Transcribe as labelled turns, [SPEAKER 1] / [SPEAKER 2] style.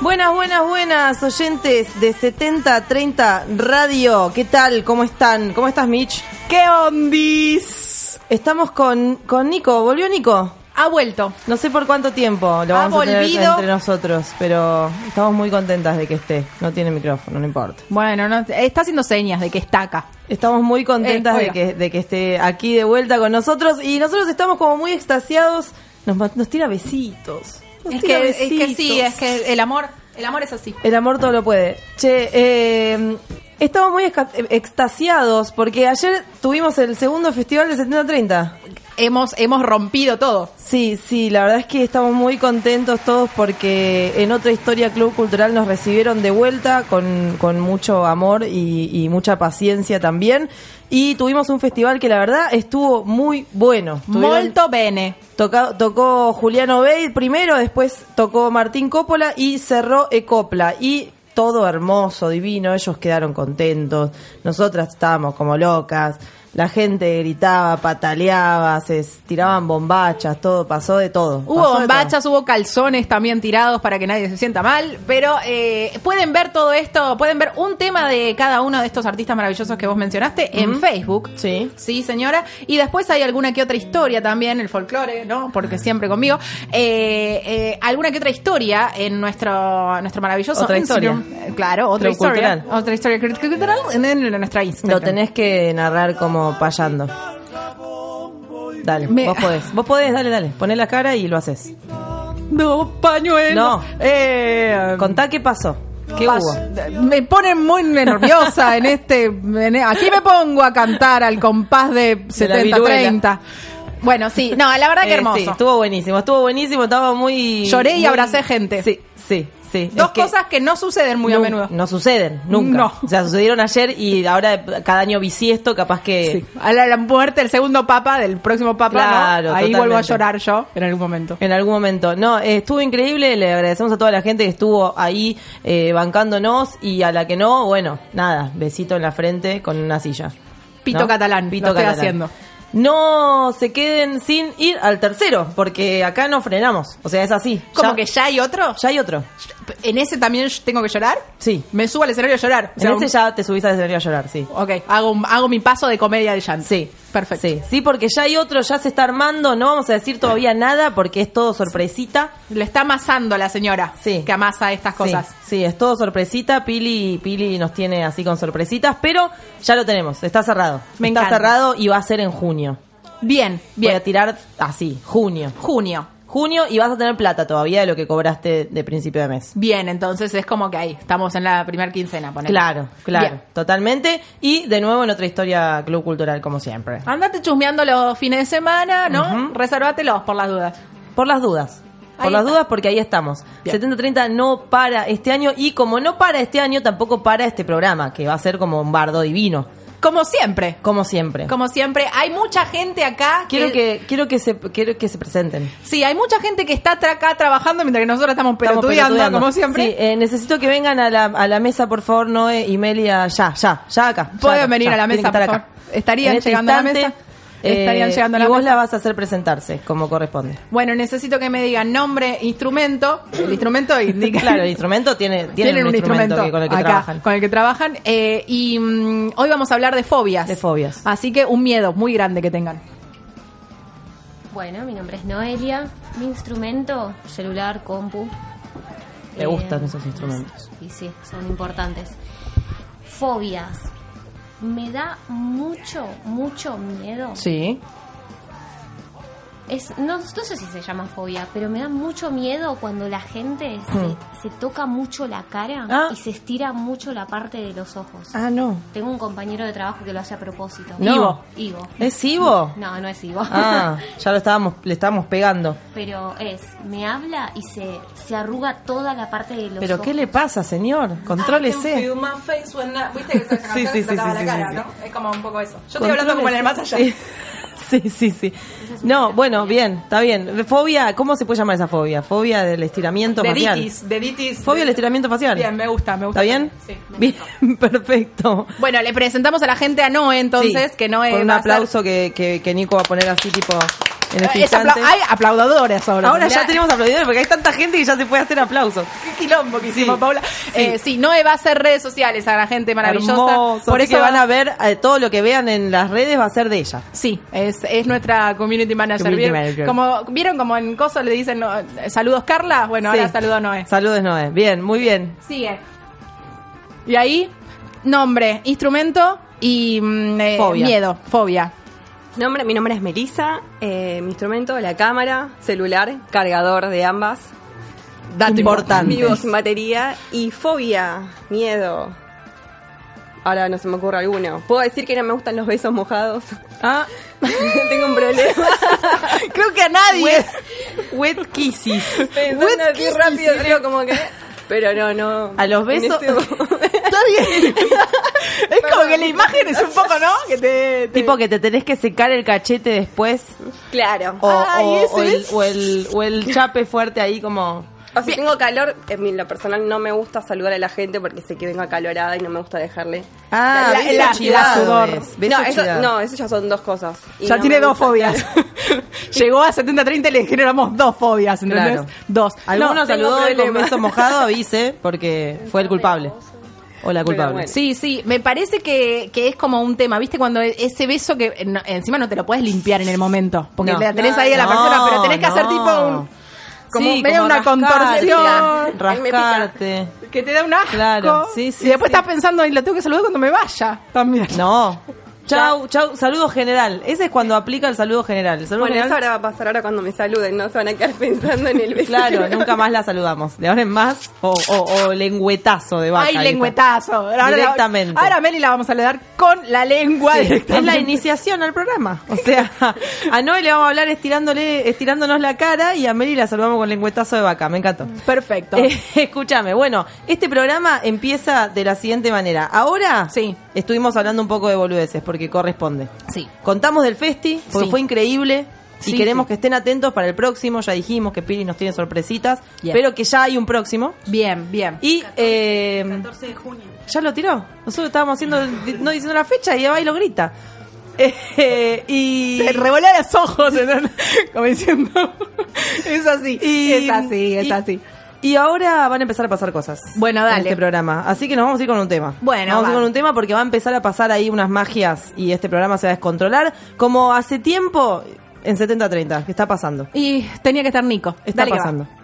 [SPEAKER 1] Buenas, buenas, buenas, oyentes de 7030 Radio. ¿Qué tal? ¿Cómo están? ¿Cómo estás, Mitch?
[SPEAKER 2] ¿Qué ondis?
[SPEAKER 1] Estamos con, con Nico. ¿Volvió Nico?
[SPEAKER 2] Ha vuelto.
[SPEAKER 1] No sé por cuánto tiempo lo
[SPEAKER 2] Ha
[SPEAKER 1] vamos a tener
[SPEAKER 2] volvido.
[SPEAKER 1] entre nosotros, pero estamos muy contentas de que esté. No tiene micrófono, no importa.
[SPEAKER 2] Bueno, no, está haciendo señas de que está acá.
[SPEAKER 1] Estamos muy contentas
[SPEAKER 2] Eh,
[SPEAKER 1] de,
[SPEAKER 2] oiga.
[SPEAKER 1] que, de que esté aquí de vuelta con nosotros y nosotros estamos como muy extasiados. Nos, ma- nos tira besitos. Nos
[SPEAKER 2] Es
[SPEAKER 1] tira
[SPEAKER 2] que, es que sí,
[SPEAKER 1] besitos.
[SPEAKER 2] es que el amor, el amor es así.
[SPEAKER 1] El amor todo lo puede. Che, eh, estamos muy esca- eh, extasiados porque ayer tuvimos el segundo festival de 7030.
[SPEAKER 2] Hemos, hemos rompido todo.
[SPEAKER 1] Sí, sí, la verdad es que estamos muy contentos todos porque en otra historia Club Cultural nos recibieron de vuelta con, con mucho amor y, y mucha paciencia también. Y tuvimos un festival que la verdad estuvo muy bueno. Tuvieron-
[SPEAKER 2] Molto bene.
[SPEAKER 1] Toca- tocó Juliano Bale primero, después tocó Martín Coppola y cerró Ecopla. Y todo hermoso, divino, ellos quedaron contentos, nosotras estábamos como locas, la gente gritaba, pataleaba, se s- tiraban bombachas, todo, pasó de todo.
[SPEAKER 2] Hubo
[SPEAKER 1] pasó de
[SPEAKER 2] bombachas, hubo calzones también tirados para que nadie se sienta mal, pero eh, pueden ver todo esto, pueden ver un tema de cada uno de estos artistas maravillosos que vos mencionaste en Facebook.
[SPEAKER 1] todo. Sí.
[SPEAKER 2] Sí, señora. Y después hay alguna que otra historia también, el folclore, ¿no? Porque siempre conmigo. Eh, eh, alguna que otra historia en nuestro, nuestro maravilloso
[SPEAKER 1] Otra
[SPEAKER 2] Instagram. Eh, Claro, otra
[SPEAKER 1] Club
[SPEAKER 2] historia.
[SPEAKER 1] Cultural.
[SPEAKER 2] Otra historia cult- cultural en, en nuestra Instagram.
[SPEAKER 1] Lo tenés que narrar como payando. Dale,
[SPEAKER 2] Me-
[SPEAKER 1] vos podés. Vos podés, dale, dale. Poné la cara y lo haces.
[SPEAKER 2] No, pañuelos.
[SPEAKER 1] No.
[SPEAKER 2] Eh,
[SPEAKER 1] Contá qué pasó. ¿Qué
[SPEAKER 2] pas-
[SPEAKER 1] hubo?
[SPEAKER 2] Me ponen muy nerviosa en este. en- aquí me pongo a cantar al compás de
[SPEAKER 1] la
[SPEAKER 2] 70-30. Bueno, sí, no, la verdad que
[SPEAKER 1] Eh,
[SPEAKER 2] Ah, hermoso.
[SPEAKER 1] sí, estuvo buenísimo, estuvo buenísimo, estaba muy...
[SPEAKER 2] Lloré y
[SPEAKER 1] muy-
[SPEAKER 2] abracé gente.
[SPEAKER 1] Sí, sí, sí.
[SPEAKER 2] Dos
[SPEAKER 1] Es que
[SPEAKER 2] cosas que no suceden muy a
[SPEAKER 1] nun-
[SPEAKER 2] menudo.
[SPEAKER 1] No suceden, nunca.
[SPEAKER 2] No.
[SPEAKER 1] O sea, sucedieron ayer y ahora cada año bisiesto capaz que...
[SPEAKER 2] Sí. A la, la muerte del segundo papa, del próximo papa, ¿no?
[SPEAKER 1] Claro,
[SPEAKER 2] ahí
[SPEAKER 1] totalmente.
[SPEAKER 2] vuelvo a llorar yo en algún momento.
[SPEAKER 1] En algún momento. No, eh, estuvo increíble. Le agradecemos a toda la gente que estuvo ahí eh, bancándonos y a la que no, bueno, nada, besito en la frente con una silla.
[SPEAKER 2] Pito catalán, lo estoy haciendo.
[SPEAKER 1] No se queden sin ir al tercero, porque acá no frenamos. O sea, es así.
[SPEAKER 2] Como
[SPEAKER 1] Ya-
[SPEAKER 2] que ya hay otro.
[SPEAKER 1] ya hay otro.
[SPEAKER 2] En ese también tengo que llorar.
[SPEAKER 1] Sí.
[SPEAKER 2] Me subo al escenario a llorar. O sea,
[SPEAKER 1] en
[SPEAKER 2] un-
[SPEAKER 1] ese ya te subís al escenario a llorar, sí.
[SPEAKER 2] Ok, hago, un- hago mi paso de comedia de llanto.
[SPEAKER 1] Sí.
[SPEAKER 2] Perfecto.
[SPEAKER 1] Sí, sí, porque ya hay otro, ya se está armando, no vamos a decir todavía nada porque es todo sorpresita.
[SPEAKER 2] Le está amasando la señora
[SPEAKER 1] Sí.
[SPEAKER 2] que amasa estas cosas.
[SPEAKER 1] Sí, sí, es todo sorpresita. Pili, Pili nos tiene así con sorpresitas, pero ya lo tenemos, está cerrado.
[SPEAKER 2] Me
[SPEAKER 1] está
[SPEAKER 2] encanta.
[SPEAKER 1] cerrado y va a ser en junio.
[SPEAKER 2] Bien,
[SPEAKER 1] Voy
[SPEAKER 2] bien.
[SPEAKER 1] a tirar así, junio.
[SPEAKER 2] Junio.
[SPEAKER 1] Junio y vas a tener plata todavía de lo que cobraste de principio de mes.
[SPEAKER 2] Bien, entonces es como que ahí, estamos en la primera quincena, ponele.
[SPEAKER 1] Claro, claro,
[SPEAKER 2] Bien.
[SPEAKER 1] totalmente. Y de nuevo en otra historia club cultural, como siempre.
[SPEAKER 2] Andate chusmeando los fines de semana, ¿no? Resérvatelos por las dudas.
[SPEAKER 1] Por las dudas. Por
[SPEAKER 2] Ahí
[SPEAKER 1] las
[SPEAKER 2] está.
[SPEAKER 1] dudas, porque ahí estamos.
[SPEAKER 2] Bien.
[SPEAKER 1] 7030 no para este año y como no para este año, tampoco para este programa, que va a ser como un bardo divino,
[SPEAKER 2] Como siempre.
[SPEAKER 1] como siempre.
[SPEAKER 2] Como siempre, hay mucha gente acá.
[SPEAKER 1] Quiero que, quiero que se quiero que se presenten.
[SPEAKER 2] Sí, hay mucha gente que está tra- acá trabajando mientras que nosotros estamos
[SPEAKER 1] Estamos
[SPEAKER 2] pelotudeando,
[SPEAKER 1] pelotudeando.
[SPEAKER 2] como siempre.
[SPEAKER 1] Sí, eh, necesito que vengan a la, a la mesa, por favor, Noé y Melia, ya, ya, ya acá. ya
[SPEAKER 2] Pueden
[SPEAKER 1] acá,
[SPEAKER 2] venir
[SPEAKER 1] ya,
[SPEAKER 2] a la
[SPEAKER 1] tienen
[SPEAKER 2] mesa,
[SPEAKER 1] que estar
[SPEAKER 2] por
[SPEAKER 1] acá.
[SPEAKER 2] favor. ¿Estarían
[SPEAKER 1] En este
[SPEAKER 2] llegando a la
[SPEAKER 1] instante, eh,
[SPEAKER 2] mesa? ¿Estarían llegando a la
[SPEAKER 1] y vos
[SPEAKER 2] mesa?
[SPEAKER 1] la vas a hacer presentarse, como corresponde.
[SPEAKER 2] Bueno, necesito que me digan nombre, instrumento. El instrumento indica.
[SPEAKER 1] Claro, el instrumento tiene, tiene
[SPEAKER 2] Tienen un instrumento,
[SPEAKER 1] que- con el que
[SPEAKER 2] acá,
[SPEAKER 1] trabajan.
[SPEAKER 2] con el que trabajan. Eh, y mm, hoy vamos a hablar de fobias.
[SPEAKER 1] De fobias.
[SPEAKER 2] Así que un miedo muy grande que tengan.
[SPEAKER 3] Bueno, mi nombre es Noelia. Mi instrumento, celular, compu.
[SPEAKER 1] Me gustan esos instrumentos.
[SPEAKER 3] Y sí, son importantes. Fobias. Me da mucho, mucho miedo.
[SPEAKER 1] Sí.
[SPEAKER 3] Es, no, no sé si se llama fobia, pero me da mucho miedo cuando la gente
[SPEAKER 1] Hmm.
[SPEAKER 3] se, se toca mucho la cara
[SPEAKER 1] Ah.
[SPEAKER 3] y se estira mucho la parte de los ojos.
[SPEAKER 1] Ah, no.
[SPEAKER 3] Tengo un compañero de trabajo que lo hace a propósito.
[SPEAKER 1] No.
[SPEAKER 3] Ivo. Ivo.
[SPEAKER 1] ¿Es Ivo?
[SPEAKER 3] No, no es Ivo.
[SPEAKER 1] Ah, ya lo estábamos, le estábamos pegando.
[SPEAKER 3] Pero es, me habla y se, se arruga toda la parte de los
[SPEAKER 1] ¿Pero qué
[SPEAKER 3] ojos.
[SPEAKER 1] le pasa, señor? Contrólese.
[SPEAKER 2] ¿Viste que
[SPEAKER 1] canción Sí, sí, sí, tocaba la sí, sí, cara, sí.
[SPEAKER 2] Es como un poco eso. Yo
[SPEAKER 1] Contrólese. Sí. Sí, sí, sí. No, bueno, bien, está bien. Fobia, ¿cómo se puede llamar esa fobia? Fobia del estiramiento facial.
[SPEAKER 2] Deditis, deditis.
[SPEAKER 1] Fobia del estiramiento facial.
[SPEAKER 2] Bien, me gusta, me gusta.
[SPEAKER 1] ¿Está bien?
[SPEAKER 2] Sí.
[SPEAKER 1] Bien, perfecto.
[SPEAKER 2] Bueno, le presentamos a la gente a Noé, entonces,
[SPEAKER 1] Sí,
[SPEAKER 2] que Noé
[SPEAKER 1] Con un
[SPEAKER 2] va a ser-
[SPEAKER 1] aplauso que, que- que Nico va a poner así, tipo. en este
[SPEAKER 2] Es apla-
[SPEAKER 1] instante.
[SPEAKER 2] hay aplaudadores ahora.
[SPEAKER 1] Ahora
[SPEAKER 2] mirá.
[SPEAKER 1] ya tenemos aplaudidores porque hay tanta gente que ya se puede hacer aplausos.
[SPEAKER 2] Qué quilombo que hicimos,
[SPEAKER 1] Sí,
[SPEAKER 2] Paula. Eh, sí, Noé va a hacer redes sociales a la gente maravillosa.
[SPEAKER 1] Hermoso.
[SPEAKER 2] Por eso
[SPEAKER 1] van a ver, eh, todo lo que vean en las redes va a ser de ella.
[SPEAKER 2] Sí, es, es nuestra community manager.
[SPEAKER 1] Community
[SPEAKER 2] ¿Vieron?
[SPEAKER 1] manager.
[SPEAKER 2] Como, ¿Vieron como en Coso le dicen no, eh, saludos Carla? Bueno, ahora
[SPEAKER 1] Sí.
[SPEAKER 2] saludo a Noé.
[SPEAKER 1] Saludos, Noé. Bien, muy bien.
[SPEAKER 2] Sigue. Y ahí, nombre, instrumento y mm, eh,
[SPEAKER 1] Fobia.
[SPEAKER 2] miedo, fobia.
[SPEAKER 4] Nombre, mi nombre es Melissa, eh, mi instrumento, la cámara, celular, cargador de ambas,
[SPEAKER 1] Dato importante.
[SPEAKER 4] vivo sin batería y fobia, miedo. Ahora no se me ocurre alguno. Puedo decir que no me gustan los besos mojados.
[SPEAKER 1] Ah,
[SPEAKER 4] Tengo un problema.
[SPEAKER 2] Creo que a nadie.
[SPEAKER 1] wet, wet kisses.
[SPEAKER 4] Pensando así rápido, digo como que. Pero no, no.
[SPEAKER 1] A los
[SPEAKER 4] en
[SPEAKER 1] besos-
[SPEAKER 4] este-
[SPEAKER 2] Está bien. es como que la imagen es un poco, ¿no? Que te, te-
[SPEAKER 1] Tipo que te tenés que secar el cachete después.
[SPEAKER 4] claro.
[SPEAKER 1] O,
[SPEAKER 2] Ay,
[SPEAKER 1] o-
[SPEAKER 2] ese
[SPEAKER 1] o el,
[SPEAKER 2] es.
[SPEAKER 1] o el- o el chape fuerte ahí como...
[SPEAKER 4] O si tengo calor, en lo personal no me gusta saludar a la gente porque sé que vengo acalorada y no me gusta dejarle.
[SPEAKER 1] Ah,
[SPEAKER 4] La-
[SPEAKER 1] beso
[SPEAKER 4] la-
[SPEAKER 1] chidado
[SPEAKER 2] la sudor.
[SPEAKER 1] es, beso
[SPEAKER 4] no, eso,
[SPEAKER 1] chidado.
[SPEAKER 4] no, eso ya son dos cosas. Y
[SPEAKER 2] Ya
[SPEAKER 4] no
[SPEAKER 2] tiene
[SPEAKER 4] me
[SPEAKER 2] dos
[SPEAKER 4] gusta.
[SPEAKER 2] fobias. Llegó a 70-30 y le generamos dos fobias, ¿entendés?
[SPEAKER 1] Claro.
[SPEAKER 2] Dos.
[SPEAKER 1] Alguno
[SPEAKER 2] No,
[SPEAKER 1] saludó
[SPEAKER 4] tengo
[SPEAKER 1] hoy con
[SPEAKER 4] problema.
[SPEAKER 1] beso mojado, avise, porque fue el culpable. O la culpable.
[SPEAKER 4] bueno.
[SPEAKER 2] Sí, sí, me parece que, que es como un tema, ¿viste? Cuando e- ese beso que eh, no- encima no te lo puedes limpiar en el momento, porque
[SPEAKER 1] No.
[SPEAKER 2] la tenés ahí a la
[SPEAKER 1] No,
[SPEAKER 2] persona, pero tenés que hacer
[SPEAKER 1] no.
[SPEAKER 2] tipo un. Como,
[SPEAKER 1] Sí,
[SPEAKER 2] medio
[SPEAKER 1] como
[SPEAKER 2] una
[SPEAKER 1] rascarte,
[SPEAKER 2] contorsión.
[SPEAKER 4] Él me pica.
[SPEAKER 1] Rascarte.
[SPEAKER 2] Que te da un asco.
[SPEAKER 1] Claro, sí, sí,
[SPEAKER 2] Y después
[SPEAKER 1] sí.
[SPEAKER 2] estás pensando, y lo tengo que saludar cuando me vaya también.
[SPEAKER 1] No. Chau, chau. Saludo general. Ese es cuando aplica el saludo general. El saludo
[SPEAKER 4] Bueno, eso
[SPEAKER 1] general-
[SPEAKER 4] ahora va a pasar ahora cuando me saluden, no se van a quedar pensando en el beso.
[SPEAKER 1] Claro, nunca más la saludamos. De ahora en más, o, o, o lengüetazo de vaca.
[SPEAKER 2] Ay,
[SPEAKER 1] ahí está.
[SPEAKER 2] lengüetazo. Ahora la-
[SPEAKER 1] Directamente.
[SPEAKER 2] ahora a Meli la vamos a saludar con la lengua
[SPEAKER 1] Sí,
[SPEAKER 2] directamente.
[SPEAKER 1] es la iniciación al programa. O sea, a Noel le vamos a hablar estirándole, estirándonos la cara y a Meli la saludamos con lengüetazo de vaca. Me encantó.
[SPEAKER 2] Perfecto.
[SPEAKER 1] Eh, escúchame, bueno, este programa empieza de la siguiente manera. Ahora
[SPEAKER 2] Sí.
[SPEAKER 1] estuvimos hablando un poco de boludeces porque corresponde.
[SPEAKER 2] sí.
[SPEAKER 1] Contamos del festi, porque
[SPEAKER 2] Sí.
[SPEAKER 1] fue increíble. Y
[SPEAKER 2] Sí,
[SPEAKER 1] queremos
[SPEAKER 2] sí.
[SPEAKER 1] que estén atentos para el próximo. Ya dijimos que Piri nos tiene sorpresitas,
[SPEAKER 2] Bien.
[SPEAKER 1] pero que ya hay un próximo.
[SPEAKER 2] Bien, bien.
[SPEAKER 1] Y. 14, de junio. ¿Ya lo tiró? Nosotros estábamos haciendo, no diciendo la fecha y de ahí lo grita. Eh, y.
[SPEAKER 2] Se revolea los ojos, ¿no? como diciendo. Es así,
[SPEAKER 1] y-
[SPEAKER 2] es así, es
[SPEAKER 1] y-
[SPEAKER 2] así.
[SPEAKER 1] Y ahora van a empezar a pasar cosas.
[SPEAKER 2] Bueno,
[SPEAKER 1] en
[SPEAKER 2] dale.
[SPEAKER 1] este programa. Así que nos vamos a ir con un tema.
[SPEAKER 2] Bueno,
[SPEAKER 1] Vamos a ir
[SPEAKER 2] va.
[SPEAKER 1] con un tema porque va a empezar a pasar ahí unas magias y este programa se va a descontrolar. Como hace tiempo, en 70-30, que está pasando.
[SPEAKER 2] Y tenía que estar Nico.
[SPEAKER 1] Está
[SPEAKER 2] Dale que va.
[SPEAKER 1] pasando.